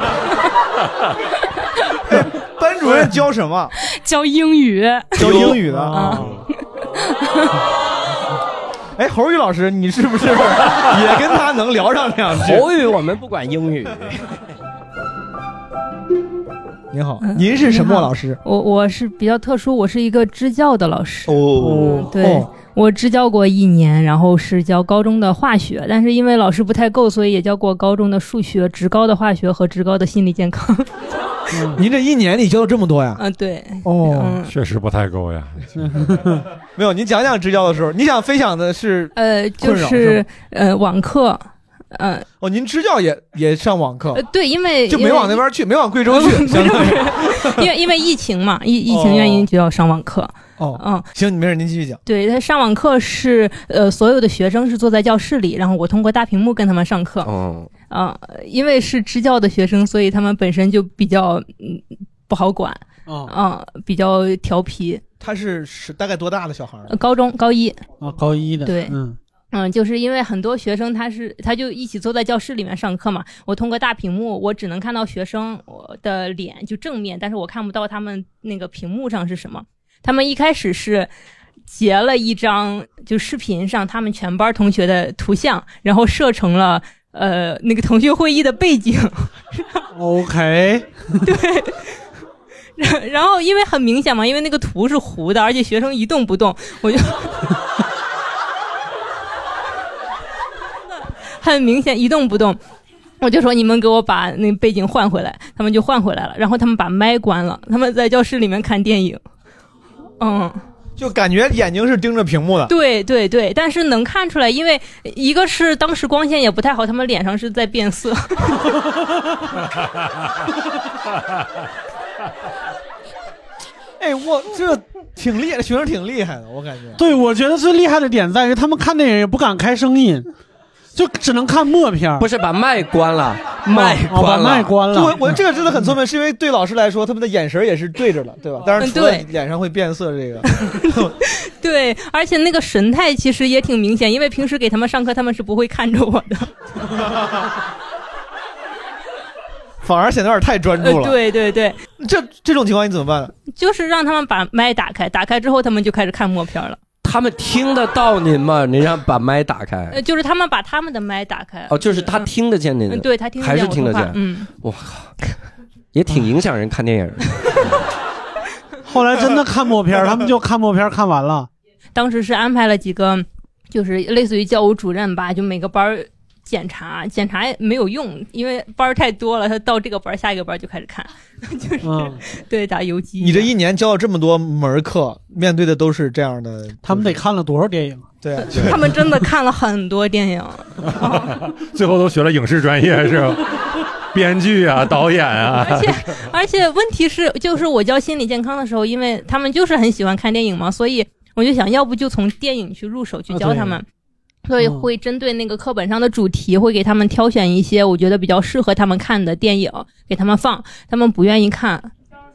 [SPEAKER 3] 班主任教什么？
[SPEAKER 9] 教英语，
[SPEAKER 7] 呃
[SPEAKER 3] 教英语的。
[SPEAKER 11] 啊，
[SPEAKER 3] 哎，侯宇老师，你是不是也跟他能聊上两句？
[SPEAKER 10] 口语我们不管英语，
[SPEAKER 3] 您好，
[SPEAKER 7] 嗯
[SPEAKER 3] 您是沈墨老师。
[SPEAKER 7] 我我是比较特殊，我是一个支教的老师。嗯
[SPEAKER 3] 哦
[SPEAKER 7] 对，我支教过一年，然后是教高中的化学，但是因为老师不太够，所以也教过高中的数学、职高的化学和职高的心理健 康。
[SPEAKER 3] 您这一年里教了这么多呀？
[SPEAKER 7] 嗯，对，
[SPEAKER 2] 哦， 确实不太够 呀。
[SPEAKER 3] 没有，您讲讲支教的时候，你想分享的是
[SPEAKER 7] 呃，就
[SPEAKER 3] 困扰是
[SPEAKER 7] 是呃网课，呃
[SPEAKER 3] 哦，您支教也也上网课
[SPEAKER 7] 呃，对，因为
[SPEAKER 3] 就没往那边去，没往贵 州
[SPEAKER 7] 不
[SPEAKER 3] 去。
[SPEAKER 7] 是
[SPEAKER 3] 相当于
[SPEAKER 7] 因为 因为因为疫情嘛，疫疫情原因就要上网课。
[SPEAKER 3] 哦，
[SPEAKER 7] 嗯，
[SPEAKER 3] 行，没事，您继续讲。
[SPEAKER 7] 对他上网课是呃，所有的学生是坐在教室里，然后我通过大屏幕跟他们上
[SPEAKER 3] 哦
[SPEAKER 7] 课。
[SPEAKER 4] 嗯，
[SPEAKER 10] 哦
[SPEAKER 7] 啊、因为是支教的学生，所以他们本身就比较嗯不好管，
[SPEAKER 11] 啊
[SPEAKER 7] 啊、比较调皮。
[SPEAKER 3] 他是是大概多大的小孩儿？
[SPEAKER 7] 呃高中高一，
[SPEAKER 11] 啊，高一的，
[SPEAKER 7] 对
[SPEAKER 11] 嗯，
[SPEAKER 7] 嗯，就是因为很多学生他是他就一起坐在教室里面上课嘛，我通过大屏幕，我只能看到学生我的脸就正面，但是我看不到他们那个屏幕上是什么。他们一开始是截了一张就视频上他们全班同学的图像，然后设成了呃那个腾讯会议的背景，
[SPEAKER 11] OK，
[SPEAKER 7] 然后因为很明显嘛，因为那个图是糊的，而且学生一动不动，我就 很明显一动不动。我就说你们给我把那背景换回来，他们就换回来了。然后他们把麦关了，他们在教室里面看电影。嗯，
[SPEAKER 3] 就感觉眼睛是盯着屏幕的。
[SPEAKER 7] 对对对，但是能看出来，因为一个是当时光线也不太好，他们脸上是在变色。
[SPEAKER 3] 哎，我这挺厉害，学生挺厉害的，我感觉。
[SPEAKER 11] 对，我觉得最厉害的点在于他们看电影也不敢开声音，就只能看默片儿，
[SPEAKER 10] 不是把麦关了，麦
[SPEAKER 11] 哦把
[SPEAKER 10] 关
[SPEAKER 11] 麦
[SPEAKER 10] 了。
[SPEAKER 11] 关
[SPEAKER 3] 就我
[SPEAKER 11] 了。嗯
[SPEAKER 3] 我这个真的很聪明，是因为对老师来说，他们的眼神也是对着的，对吧？当
[SPEAKER 7] 嗯
[SPEAKER 3] 然除了
[SPEAKER 7] 对
[SPEAKER 3] 脸上会变色 这个，
[SPEAKER 7] 对，而且那个神态其实也挺明显，因为平时给他们上课，他们是不会看着我的。
[SPEAKER 3] 反而显得有点太专
[SPEAKER 7] 呃
[SPEAKER 3] 注，了。
[SPEAKER 7] 对对对，
[SPEAKER 3] 这这种情况你怎么办？
[SPEAKER 7] 就是让他们把麦打开，打开之后他们就开始看默片了。
[SPEAKER 10] 他们听得到您吗？您让把麦打
[SPEAKER 7] 呃，
[SPEAKER 10] 开。
[SPEAKER 7] 就是他们把他们的麦打开。
[SPEAKER 10] 哎哦，就是他听得见您的
[SPEAKER 7] 嗯，，对他听得
[SPEAKER 10] 还是
[SPEAKER 7] 见我
[SPEAKER 10] 听
[SPEAKER 7] 说
[SPEAKER 10] 得
[SPEAKER 7] 话
[SPEAKER 10] 见
[SPEAKER 7] 嗯，
[SPEAKER 10] 也挺影响人看电影的。
[SPEAKER 11] 后来真的看默片儿，他们就看默片儿看完了。
[SPEAKER 7] 当时是安排了几个，就是类似于教务主任吧，就每个班儿检查，检查也没有用，因为班儿太多了，他到这个班儿下一个 班儿就开始看，
[SPEAKER 11] 嗯，
[SPEAKER 7] 对，打游击。
[SPEAKER 3] 你这一年教了这么多门课，面对的都是这样的，
[SPEAKER 11] 他们得看了多少电影？
[SPEAKER 3] 对啊，
[SPEAKER 7] 他 们真的看了很多 电影，
[SPEAKER 2] 最后都学了影视专业是吧？编剧啊，导演啊，
[SPEAKER 7] 而且而且问题是，就是我教心理健康的时候，因为他们就是很喜欢看电影嘛，所以我就想要不就从电影去入手去教他们。所以会针对那个课本上的主题，会给他们挑选一些我觉得比较适合他们看的电影给他们放。他们不愿意看，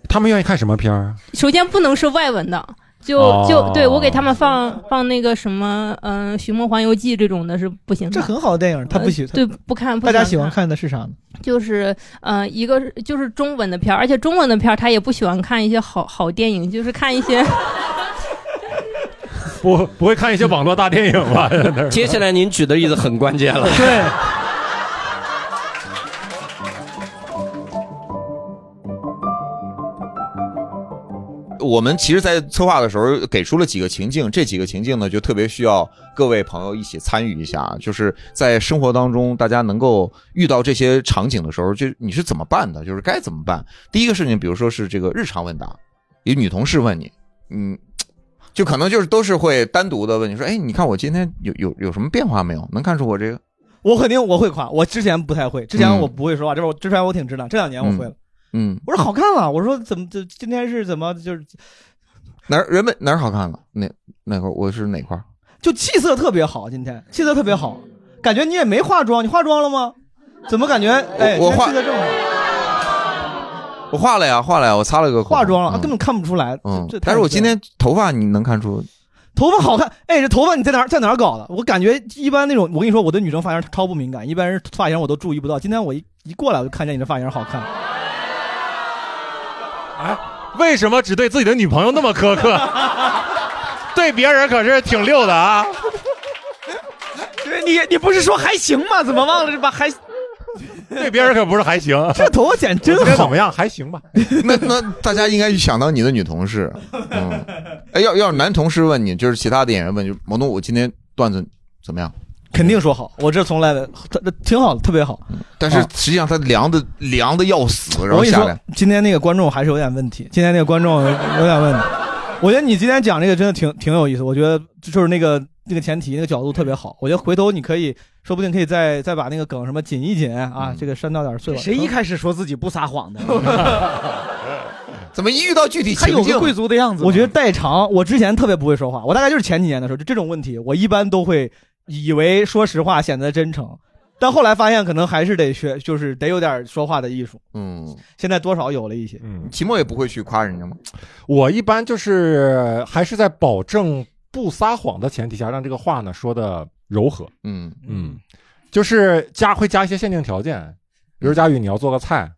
[SPEAKER 2] 他们愿意看什么片儿？啊
[SPEAKER 7] 首先不能是外文的，就、
[SPEAKER 2] 哦
[SPEAKER 7] 就对我给他们放放那个什么，嗯、寻梦环游记》这种的是不行
[SPEAKER 3] 这
[SPEAKER 7] 的。
[SPEAKER 3] 很好的电影，他不喜
[SPEAKER 7] 呃，对，不看，不
[SPEAKER 3] 大家
[SPEAKER 7] 想
[SPEAKER 3] 喜欢看的是啥呢？
[SPEAKER 7] 就是呃，一个是就是中文的片儿，而且中文的片儿他也不喜欢看一些好好电影，就是看一些
[SPEAKER 2] 不不会看一些网络大电影 吧？
[SPEAKER 10] 接下来您举的例子很关键了，
[SPEAKER 11] 对，
[SPEAKER 4] 我们其实，在策划的时候给出了几个情境，这几个情境呢，就特别需要各位朋友一起参与一下。就是在生活当中，大家能够遇到这些场景的时候，就你是怎么办的？就是该怎么办？第一个事情，比如说是这个日常问答，有女同事问你，嗯，就可能就是都是会单独的问你说，哎，你看我今天有有有什么变化没有？能看出我这个？
[SPEAKER 3] 我肯定我会夸，我之前不太会，之前
[SPEAKER 4] 嗯
[SPEAKER 3] 我不会说话，这边我之前我挺直男，这两年我会了。
[SPEAKER 4] 嗯，
[SPEAKER 3] 我说好看啊了，我说怎么这今天是怎么就是
[SPEAKER 4] 哪儿原本哪儿好看了？哪哪块儿？我是哪块儿？
[SPEAKER 3] 就气色特别好，今天气色特别好，感觉你也没化妆，你化妆了吗？怎么感觉哎，
[SPEAKER 4] 我
[SPEAKER 3] 今天
[SPEAKER 4] 化
[SPEAKER 3] 气色这么好，
[SPEAKER 4] 我画了呀，画了呀，我擦了个口
[SPEAKER 3] 化
[SPEAKER 4] 红。
[SPEAKER 3] 妆了、啊，根本看不出来。
[SPEAKER 4] 嗯
[SPEAKER 3] 这，太
[SPEAKER 4] 但是我
[SPEAKER 3] 奇
[SPEAKER 4] 今
[SPEAKER 3] 怪
[SPEAKER 4] 天头发你能看 出？
[SPEAKER 3] 头发好看，哎，这头发你在哪儿在哪儿搞的？我感觉一般那种，我跟你说，我对女生发型超不敏感，一般人发型我都注意不到。今天我一一过来，我就看见你这发型好看。
[SPEAKER 2] 啊为什么只对自己的女朋友那么 苛刻？对别人可是挺溜的啊！
[SPEAKER 5] 你你不是说还行吗？怎么忘了这把还？
[SPEAKER 2] 对别人可不是还行。
[SPEAKER 3] 这头发剪真
[SPEAKER 2] 好，怎么样？还行吧。
[SPEAKER 4] 那那大家应该想到你的女同事。嗯，哎，要要是男同事问你，就是其他的演员问，就毛东，我今天段子怎么样？
[SPEAKER 3] 肯定说好，我这从来的，这这挺好的，特别好。
[SPEAKER 4] 嗯
[SPEAKER 3] 啊
[SPEAKER 4] 但是实际上他凉的凉的要死，然
[SPEAKER 3] 我
[SPEAKER 4] 后
[SPEAKER 3] 跟你
[SPEAKER 4] 下
[SPEAKER 3] 说
[SPEAKER 4] 来，，
[SPEAKER 3] 今天那个观众还是有点问题，今天那个观众有有点问题。我觉得你今天讲这个真的挺挺有意思，我觉得就是那个那个前提那个角度特别好，我觉得回头你可以说不定可以再再把那个梗什么紧一紧啊，
[SPEAKER 4] 嗯
[SPEAKER 3] 这个删到点碎了。嗯
[SPEAKER 5] 谁一开始说自己不撒谎的？
[SPEAKER 4] 怎么一遇到具体
[SPEAKER 5] 还有个贵族的样子吗？
[SPEAKER 3] 我觉得代偿，我之前特别不会说话，我大概就是前几年的时候，就这种问题，我一般都会以为说实话显得真诚，但后来发现可能还是得学，就是得有点说话的艺术。
[SPEAKER 4] 嗯，
[SPEAKER 3] 现在多少有了一些。
[SPEAKER 2] 嗯，
[SPEAKER 4] 期末也不会去夸人家吗？
[SPEAKER 2] 我一般就是还是在保证不撒谎的前提下，让这个话呢说的柔和。
[SPEAKER 4] 嗯
[SPEAKER 2] 嗯，就是加会加一些限定条件，比
[SPEAKER 4] 嗯
[SPEAKER 2] 如佳宇你要做个菜，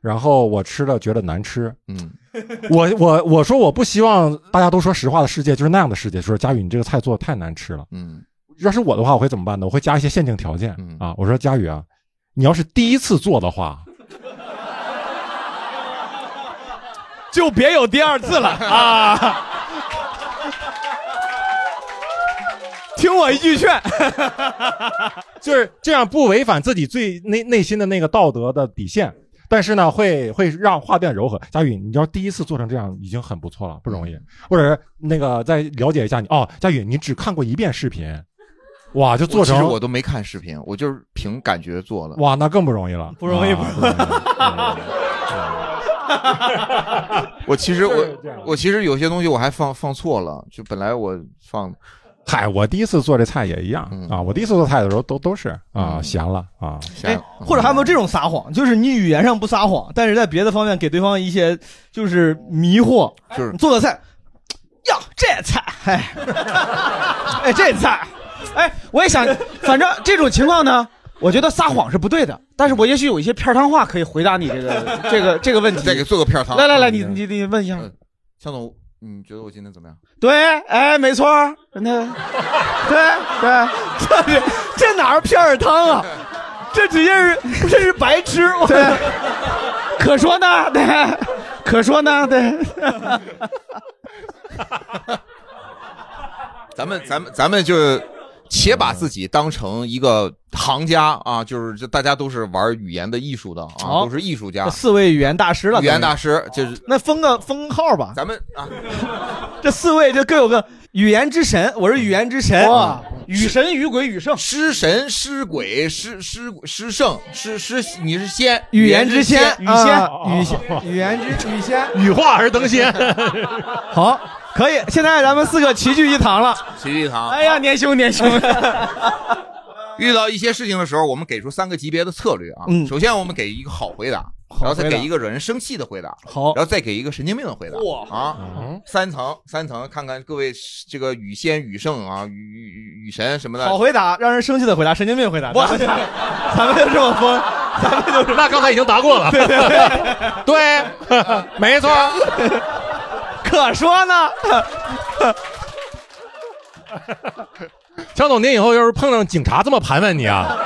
[SPEAKER 2] 然后我吃了觉得难吃，
[SPEAKER 4] 嗯，
[SPEAKER 2] 我我我说我不希望大家都说实话的世界就是那样的世界，就是佳宇你这个菜做的太难吃了。
[SPEAKER 4] 嗯，
[SPEAKER 2] 要是我的话，我会怎么办呢？我会加一些限定条件、啊，我说佳宇啊，你要是第一次做 的话，
[SPEAKER 3] 就别有第二次了啊！听我一句劝，
[SPEAKER 2] 就是这样不违反自己最内内心的那个道德的底线，但是呢，会会让话变柔和。佳宇，你要第一次做成这样已经很不错了，不容
[SPEAKER 4] 嗯
[SPEAKER 2] 易。或者是那个再了解一下你哦，佳宇，你只看过一遍视频，哇，就做
[SPEAKER 4] 我其实
[SPEAKER 2] 成
[SPEAKER 4] 我都没看视频，我就是凭感觉做的。
[SPEAKER 2] 哇，那更不容易了，
[SPEAKER 3] 不容易
[SPEAKER 2] 啊
[SPEAKER 3] 不
[SPEAKER 2] 不容易。
[SPEAKER 4] 我其实
[SPEAKER 2] 就是这样
[SPEAKER 4] 我我其实有些东西我还放放错了，就本来我放
[SPEAKER 2] 嗨，我第一次做这菜也一样啊，我第一次做菜的时候都都是啊咸了啊，
[SPEAKER 3] 哎，或者还有没有这种撒谎？就是你语言上不撒谎，但是在别的方面给对方一些就是迷惑，
[SPEAKER 4] 就是
[SPEAKER 3] 做个菜，呀，这菜，哎，哎，这菜，
[SPEAKER 5] 哎，我也想，反正这种情况呢，我觉得撒谎是不对的。但是我也许有一些片儿汤话可以回答你这个这个这个问题。
[SPEAKER 4] 再给做个片儿汤嗯
[SPEAKER 5] 来来来，你你你问一下。
[SPEAKER 4] 向总，你觉得我今天怎么样？
[SPEAKER 5] 对，哎，没错儿，那对对，
[SPEAKER 3] 这是这哪儿片儿汤啊？这直接是这是白痴，我
[SPEAKER 5] 对，可说呢，对，可说呢，对。
[SPEAKER 4] 咱们咱们咱们就且把自己当成一个行家啊，就是这大家都是玩语言的艺术的啊，
[SPEAKER 3] 好
[SPEAKER 4] 都是艺术家。
[SPEAKER 3] 四位语言大师了，
[SPEAKER 4] 语言大师就是
[SPEAKER 3] 那封个封号吧，
[SPEAKER 4] 咱们啊，
[SPEAKER 3] 这四位就各有个语言之神，我是语言之神，啊哇，
[SPEAKER 5] 与神与鬼与圣，
[SPEAKER 4] 诗神、诗鬼、诗诗诗圣、诗诗，你是仙，
[SPEAKER 3] 语言之仙，
[SPEAKER 4] 语
[SPEAKER 3] 啊
[SPEAKER 4] 仙，
[SPEAKER 3] 语仙，语言之语仙，
[SPEAKER 2] 羽化而 登仙。
[SPEAKER 3] 好，可以，现在咱们四个齐聚一堂了。
[SPEAKER 4] 齐聚一堂。
[SPEAKER 5] 哎呀，年兄年兄，
[SPEAKER 4] 遇到一些事情的时候，我们给出三个级别的策略啊。
[SPEAKER 3] 嗯
[SPEAKER 4] 首先我们给一个好回答，然后再
[SPEAKER 3] 回答
[SPEAKER 4] 给一个惹人生气的回答，
[SPEAKER 3] 好，
[SPEAKER 4] 然后再给一个神经病的回答。
[SPEAKER 3] 哇
[SPEAKER 4] 啊，三层三层，看看各位这个雨仙、雨圣啊、雨雨雨神什么的。
[SPEAKER 3] 好回答，让人生气的回答，神经病回答。
[SPEAKER 4] 哇
[SPEAKER 3] 咱们咱们就这么疯，咱们就是
[SPEAKER 2] 那刚才已经答过了，
[SPEAKER 3] 对对对，
[SPEAKER 2] 对，没错。
[SPEAKER 3] 可说呢。
[SPEAKER 2] 强总，您以后要是碰上警察这么盘问你啊，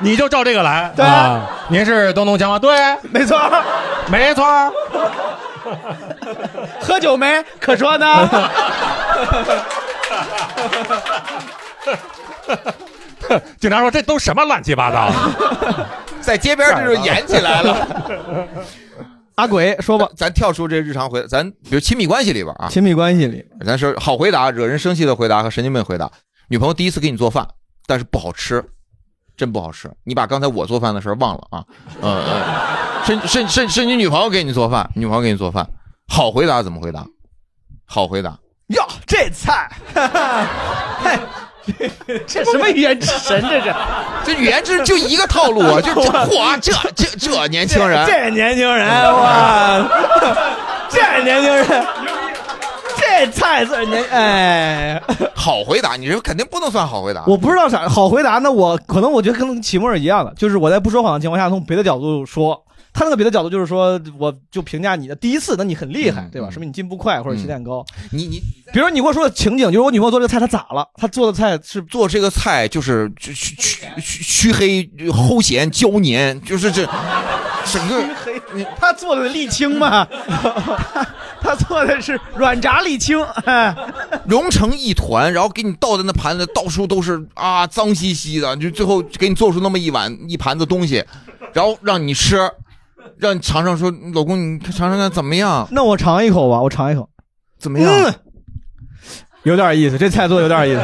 [SPEAKER 2] 你就照这个来。
[SPEAKER 3] 对
[SPEAKER 2] 啊，您是东东江吗？对，
[SPEAKER 5] 没错，
[SPEAKER 2] 没错。
[SPEAKER 5] 喝酒没？可说呢。
[SPEAKER 2] 警察说这啊都什么乱七八糟？
[SPEAKER 4] 在街边这就演起来了。
[SPEAKER 3] 阿鬼说吧，
[SPEAKER 4] 咱跳出这日常回，咱比如亲密关系里边啊，
[SPEAKER 3] 亲密关系里，
[SPEAKER 4] 咱说好回答，惹人生气的回答和神经病回答。女朋友第一次给你做饭，但是不好吃，真不好吃。你把刚才我做饭的事儿忘了啊？嗯嗯，甚甚甚甚至女朋友给你做饭，女朋友给你做饭，好回答怎么回答？好回答，
[SPEAKER 3] 哟，这菜，
[SPEAKER 5] 这什么语言之神？这是，
[SPEAKER 4] 这语言之就一个套路 啊，就这嚯，这这这年轻人，
[SPEAKER 3] 这年轻人，哇，这年轻人，这菜字年哎，
[SPEAKER 4] 好回答，你这肯定不能算好回答。
[SPEAKER 3] 我不知道啥好回答呢。我可能我觉得跟齐默是一样的，就是我在不说谎的情况下，从别的角度说。他那个别的角度就是说，我就评价你的第一次，那你很厉
[SPEAKER 5] 嗯
[SPEAKER 3] 害，对吧？说明你进步快或者起点高。
[SPEAKER 4] 你你，
[SPEAKER 3] 比如你跟我说的情景，就是我女朋友做这个菜，她咋了？她做的菜是
[SPEAKER 4] 做这个菜就是黢黢黢黑、齁咸、焦黏，就是 这整个
[SPEAKER 5] 他做的沥青 嘛，他做的是软炸沥 青，哎，
[SPEAKER 4] 融成一团，然后给你倒在那盘子，到处都是啊，脏兮兮的，就最后给你做出那么一碗一盘子东西，然后让你吃。让你尝尝说，老公，你尝尝看怎么样？
[SPEAKER 3] 那我尝一口吧，我尝一口，嗯
[SPEAKER 4] 怎么样？
[SPEAKER 3] 有点意思，这菜做的有点意思。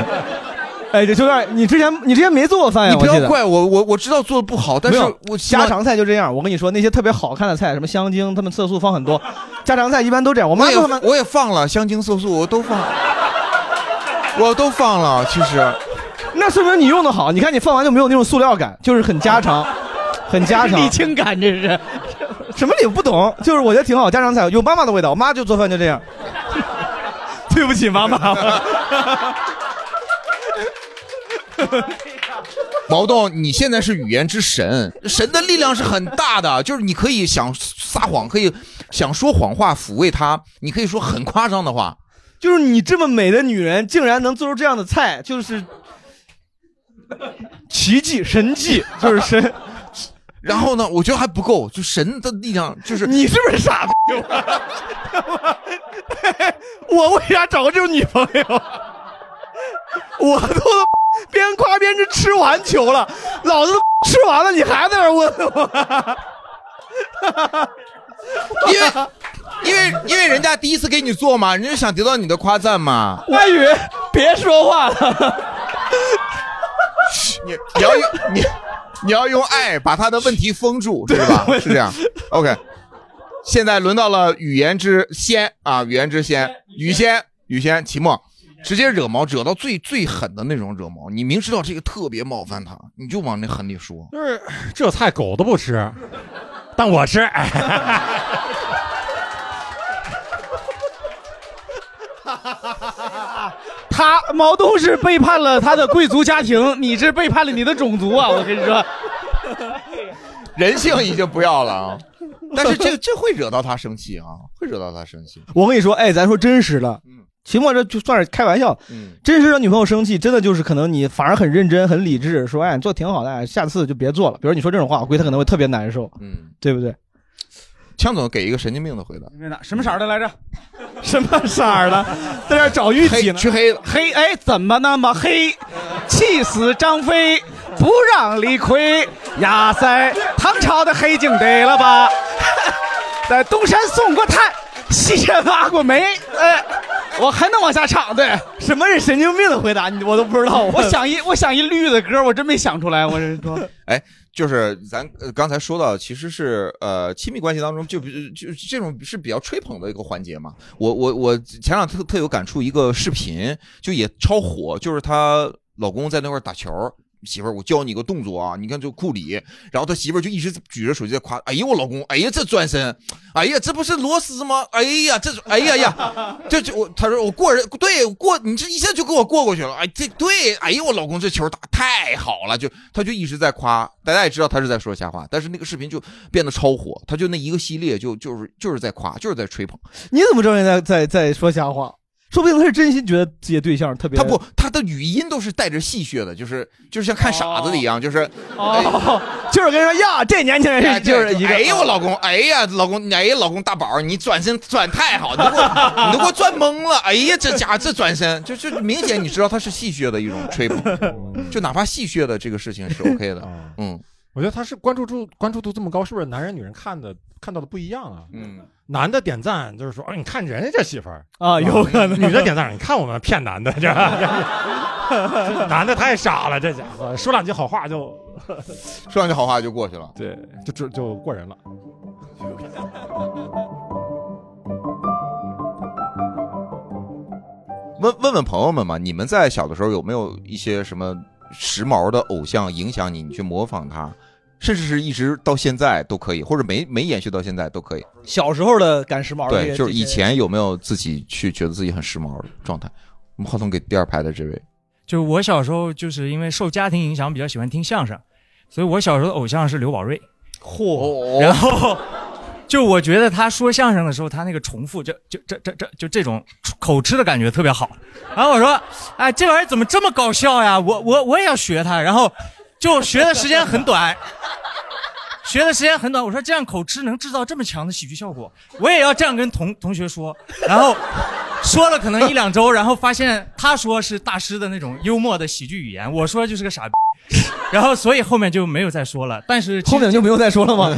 [SPEAKER 3] 哎，这有点，你之前你之前没做过饭
[SPEAKER 4] 你
[SPEAKER 3] 呀？
[SPEAKER 4] 不
[SPEAKER 3] 我记
[SPEAKER 4] 要
[SPEAKER 3] 得
[SPEAKER 4] 怪我，我我知道做的不好，但
[SPEAKER 3] 没
[SPEAKER 4] 是
[SPEAKER 3] 有
[SPEAKER 4] 我希
[SPEAKER 3] 家
[SPEAKER 4] 望
[SPEAKER 3] 常菜就这样。我跟你说，那些特别好看的菜，什么香精，他们色素放很多，家常菜一般都这样。我妈
[SPEAKER 4] 我也
[SPEAKER 3] 做饭，
[SPEAKER 4] 我也放了香精色素，我都放，我都放了。其实，
[SPEAKER 3] 那说明你用的好。你看你放完就没有那种塑料感，就是很家常，很家常。
[SPEAKER 5] 沥青感这是。
[SPEAKER 3] 什么礼物不懂？ 就是我觉得挺好，家常菜有妈妈的味道。我妈就做饭就这样。对不起，妈妈。
[SPEAKER 4] 毛豆，你现在是语言之神，神的力量是很大的，就是你可以想撒谎，可以想说谎话抚慰他，你可以说很夸张的话。
[SPEAKER 3] 就是你这么美的女人，竟然能做出这样的菜，就是奇迹神 迹，就是神。
[SPEAKER 4] 然后呢，我觉得还不够，就神的力量，就是
[SPEAKER 3] 你是不是傻逼？ 我为啥找个这种女朋友？ 我都 他妈边夸边吃吃完球了，老子都 吃完了，你还在那儿问我？
[SPEAKER 4] 因为因为因为人家第一次给你做嘛，人家想得到你的夸赞嘛。
[SPEAKER 3] 外语，别说话了。
[SPEAKER 4] 你你要用你你要用爱把他的问题封住，是吧？是这样。OK，现在轮到了语言之先啊，语言之先，雨先，雨先，齐墨，直接惹毛，惹到最最狠的那种惹毛。你明知道这个特别冒犯他，你就往那狠里说。
[SPEAKER 2] 就是这菜狗都不吃，但我吃。哎
[SPEAKER 5] 他毛东是背叛了他的贵族家庭，你是背叛了你的种族啊！我跟你说，
[SPEAKER 4] 人性已经不要了啊，但是 这这会惹到他生气啊，会惹到他生气。
[SPEAKER 3] 我跟你说，哎，咱说真实的，秦末这就算是开玩笑，真实的女朋友生气，真的就是可能你反而很认真、很理智，说哎，你做得挺好的，哎下次就别做了。比如你说这种话，我估计她可能会特别难受，
[SPEAKER 4] 嗯，
[SPEAKER 3] 对不对？
[SPEAKER 4] 枪总给一个神经病的回答，
[SPEAKER 5] 什么色儿的来 着？
[SPEAKER 3] 什么色儿 的？在这儿找玉
[SPEAKER 5] 体
[SPEAKER 4] 呢？黢黑
[SPEAKER 5] 黑哎，怎么那么黑？气死张飞，不让李逵。呀塞，唐朝的黑警得了吧？ 在东山送过炭，西山挖过煤。哎，我还能往下唱。对，
[SPEAKER 3] 什么是神经病的回答？你我都不知道。
[SPEAKER 5] 我想一，我想一绿的歌，我真没想出来。我是说，
[SPEAKER 4] 哎，就是咱呃刚才说到，其实是呃亲密关系当中就比就这种是比较吹捧的一个环节嘛。我我我前两天特特有感触，一个视频就也超火，就是她老公在那块儿打球。媳妇儿，我教你个动作啊！你看，就库里，然后他媳妇儿就一直举着手机在夸，哎呀，我老公，哎呀，这转身，哎呀，这不是螺丝吗？哎呀，这，哎呀呀，这就我，他说我过人，对我过， 你这一下就给我过过去了，哎，这对，哎呀，我老公这球打太好了，就他就一直在夸，大家也知道他是在说瞎话，但是那个视频就变得超火，他就那一个系列就就是就是在夸，就是在吹捧，
[SPEAKER 3] 你怎么知道人家在在说瞎话？说不定他是真心觉得自己的对象特别
[SPEAKER 4] 他不，他的语音都是带着戏谑的，就是就是像看傻子的一样，啊就是
[SPEAKER 3] 哦，就是跟人说呀，这年轻
[SPEAKER 4] 哎
[SPEAKER 3] 人
[SPEAKER 4] 对
[SPEAKER 3] 就是一个。
[SPEAKER 4] 哎呀，我老公，哎呀，老公，哎呀，老公大宝，你转身转太好，你都给我，你都给我转懵了。哎呀，这家伙这转身，就就明显你知道他是戏谑的一种吹捧，就哪怕戏谑的这个事情是 OK 的。嗯，
[SPEAKER 2] 我觉得他是关注度关注度这么高，是不是男人女人看的看到的不一样啊？
[SPEAKER 4] 嗯，
[SPEAKER 2] 男的点赞就是说，哎，你看人家这媳妇儿
[SPEAKER 11] 啊有可能
[SPEAKER 2] 女的点赞，你看我们骗 男的，这 男的太傻了，这家伙说两句好话就
[SPEAKER 4] 说两句好话就过去了，
[SPEAKER 2] 对，就就就过人了。
[SPEAKER 4] 问问问朋友们吧，你们在小的时候有没有一些什么时髦的偶像影响你，你去模仿他，甚至是一直到现在都可以，或者没没延续到现在都可以。
[SPEAKER 3] 小时候的赶时髦的这
[SPEAKER 4] 对，
[SPEAKER 3] 些，
[SPEAKER 4] 就是以
[SPEAKER 3] 这些
[SPEAKER 4] 前有没有自己去觉得自己很时髦的状态？我们话筒给第二排的这位，
[SPEAKER 12] 就我小时候就是因为受家庭影响，比较喜欢听相声，所以我小时候的偶像是刘宝瑞。
[SPEAKER 3] 嚯
[SPEAKER 12] 然后就我觉得他说相声的时候，他那个重复，就就这这这就这种口吃的感觉特别好。然后我说，哎，这玩意儿怎么这么搞笑呀？我我我也要学他。然后就学的时间很短，学的时间很短。我说这样口吃能制造这么强的喜剧效果，我也要这样跟同同学说。然后说了可能一两周，然后发现他说是大师的那种幽默的喜剧语言，我说就是个傻逼。 然后所以后面就没有再说了。但是后面
[SPEAKER 3] 就没有再说 了吗？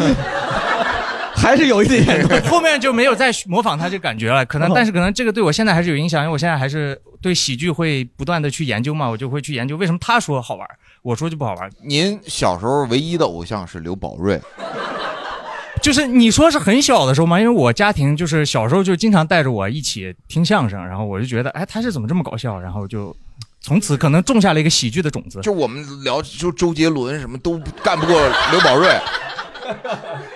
[SPEAKER 3] 还是有一 点，哦
[SPEAKER 12] 后面就没有再模仿他这感觉了。可能，但是可能这个对我现在还是有影响，因为我现在还是对喜剧会不断的去研究嘛，我就会去研究为什么他说好玩，我说就不好玩。
[SPEAKER 4] 您小时候唯一的偶像是刘宝瑞，
[SPEAKER 12] 就是你说是很小的时候嘛，因为我家庭就是小时候就经常带着我一起听相声，然后我就觉得，哎，他是怎么这么搞笑？然后就从此可能种下了一个喜剧的种子。
[SPEAKER 4] 就我们聊就周杰伦什么都干不过刘宝瑞，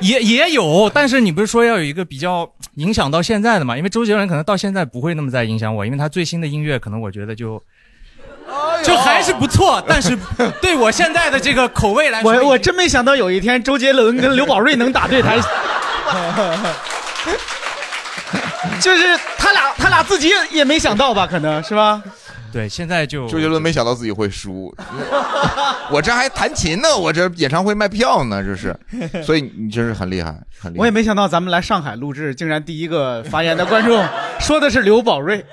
[SPEAKER 12] 也也有，但是你不是说要有一个比较影响到现在的嘛？因为周杰伦可能到现在不会那么再影响我，因为他最新的音乐可能我觉得就。 就还是不错，但是对我现在的这个口味来说，
[SPEAKER 5] 我我真没想到有一天周杰伦跟刘宝瑞能打对台， 就是他俩他俩自己也也没想到吧？可能是吧？
[SPEAKER 12] 对，现在就
[SPEAKER 4] 周杰伦没想到自己会输，我这还弹琴呢，我这演唱会卖票呢，这是，所以你真是很厉害，很厉害。
[SPEAKER 5] 我也没想到咱们来上海录制，竟然第一个发言的观众说的是刘宝瑞。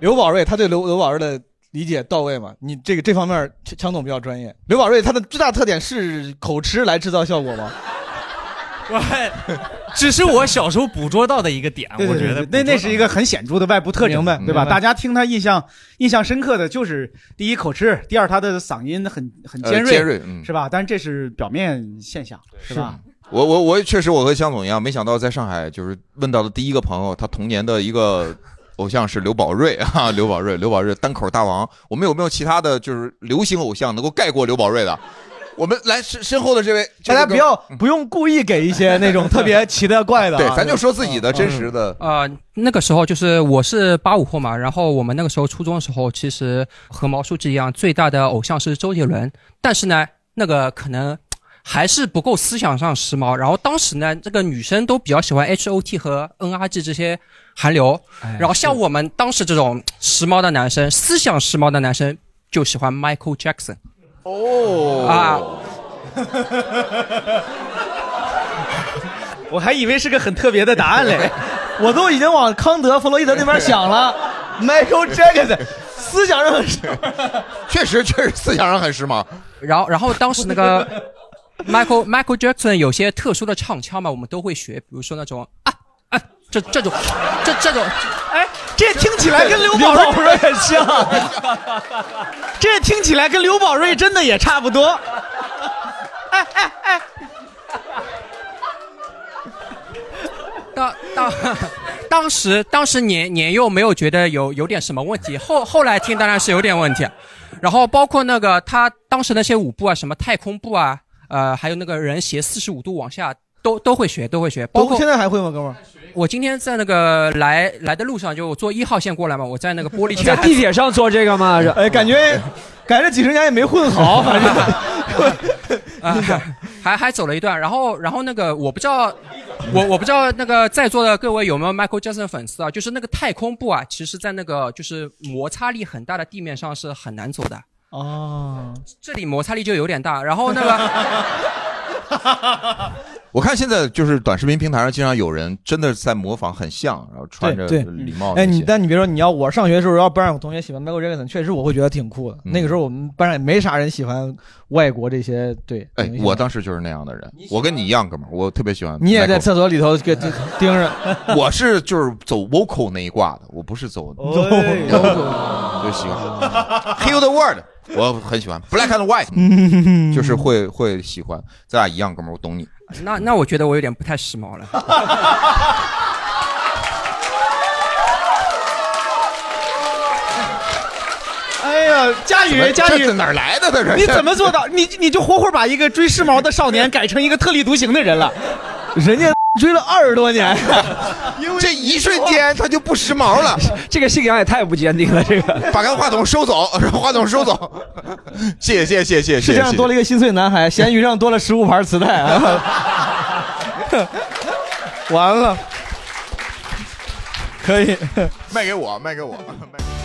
[SPEAKER 3] 刘宝瑞，他对刘刘宝瑞的理解到位吗？你这个这方面，强强总比较专业。刘宝瑞他的最大特点是口吃来制造效果吗？
[SPEAKER 12] 只是我小时候捕捉到的一个点，
[SPEAKER 5] 对对对
[SPEAKER 12] 我觉得
[SPEAKER 5] 对那那是一个很显著的外部特征呗，
[SPEAKER 12] 嗯
[SPEAKER 5] 对吧？
[SPEAKER 12] 嗯
[SPEAKER 5] 大家听他印象印象深刻的就是第一口吃，第二他的嗓音很很
[SPEAKER 4] 呃
[SPEAKER 5] 尖锐，
[SPEAKER 4] 尖锐嗯
[SPEAKER 5] 是吧？但是这是表面现象，是吧？
[SPEAKER 4] 我我我确实我和向总一样，没想到在上海就是问到的第一个朋友，他童年的一个偶像是刘宝瑞啊，刘宝瑞，刘宝瑞单口大王。我们有没有其他的就是流行偶像能够盖过刘宝瑞的？ 我们来身身后的这位，嗯
[SPEAKER 3] 大家不要
[SPEAKER 4] 这个
[SPEAKER 3] 不用故意给一些那种特别奇 的怪的啊，
[SPEAKER 4] 对，咱就说自己的真实的。
[SPEAKER 13] 啊、那个时候就是我是八五后嘛，然后我们那个时候初中的时候，其实和毛书记一样，最大的偶像是周杰伦，但是呢，那个可能还是不够思想上时髦。然后当时呢，这个女生都比较喜欢 H O T 和 N R G 这些韩流，然后像我们当时这种时髦的男生，思想时髦的男生就喜欢 Michael Jackson。
[SPEAKER 3] 嗯
[SPEAKER 4] 哦
[SPEAKER 13] 啊，
[SPEAKER 5] 我还以为是个很特别的答案嘞。
[SPEAKER 3] 我都已经往康德、弗洛伊德那边想了。Michael Jackson 思想上很时髦，
[SPEAKER 4] 确实确实思想上很时髦。
[SPEAKER 13] 然后，然后当时那个 Michael Michael Jackson 有些特殊的唱腔嘛，我们都会学，比如说那种啊啊这这种这这种，
[SPEAKER 5] 哎，这听起来跟刘宝瑞很像， 这听起来跟刘宝瑞真的也差不 多。哎
[SPEAKER 13] 当当当时当时年年幼没有觉得有有点什么问题，后后来听当然是有点问题，然后包括那个他当时那些舞步啊，什么太空步啊，呃，还有那个人斜四十五度往下，都都会学，都会学，包括
[SPEAKER 3] 我现在还会吗，哥们儿？
[SPEAKER 13] 我今天在那个来来的路上，就我坐一号线过来嘛，我在那个玻璃前
[SPEAKER 14] 在地铁上做这个吗？
[SPEAKER 3] 哎，感觉感觉几十年也没混好，反正
[SPEAKER 13] 啊，还还走了一段，然后然后那个我不知道，我我不知道那个在座的各位有没有 Michael Jackson 粉丝啊？就是那个太空步啊，其实在那个就是摩擦力很大的地面上是很难走的，
[SPEAKER 3] 哦，
[SPEAKER 13] 这里摩擦力就有点大。然后那个
[SPEAKER 4] 我看现在就是短视频平台上，经常有人真的在模仿，很像，然后穿着
[SPEAKER 3] 对对
[SPEAKER 4] 礼帽那些。
[SPEAKER 3] 哎，你但你别说，你要我上学的时候，要班上有同学喜欢 Michael Jackson，确实我会觉得挺酷的。那个时
[SPEAKER 4] 嗯
[SPEAKER 3] 候我们班上也没啥人喜欢外国这些，对。
[SPEAKER 4] 哎
[SPEAKER 3] 明，星
[SPEAKER 4] 我当时就是那样的人，我跟你一样，哥们儿，我特别喜欢。
[SPEAKER 3] 你也在厕所里头 给盯盯着，
[SPEAKER 4] 我是就是走 vocal 那一挂的，我不是走
[SPEAKER 5] 哦
[SPEAKER 3] 走
[SPEAKER 4] vocal，就喜欢 Heal the World，我很喜欢 Black and
[SPEAKER 3] 嗯
[SPEAKER 4] White，就是会会喜欢。咱俩一样，哥们儿，我懂你。
[SPEAKER 13] 那那我觉得我有点不太时髦了。
[SPEAKER 5] 哎呀，佳
[SPEAKER 4] 怎么
[SPEAKER 5] 宇，佳宇
[SPEAKER 4] 这哪儿来的这是
[SPEAKER 5] 你怎么做到？你你就活活把一个追时髦的少年改成一个特立独行的人 了，人家追了二十多年，
[SPEAKER 4] 这一瞬间他就不时髦 了。
[SPEAKER 14] 这个信仰也太不坚定了，这个
[SPEAKER 4] 把刚话筒收走，话筒收走。谢谢谢谢谢谢，
[SPEAKER 3] 世界上
[SPEAKER 4] 谢谢
[SPEAKER 3] 多了一个心碎男 孩，咸鱼上多了十五盘磁带 啊！完了，可以。
[SPEAKER 4] 卖给我，卖给我。卖给我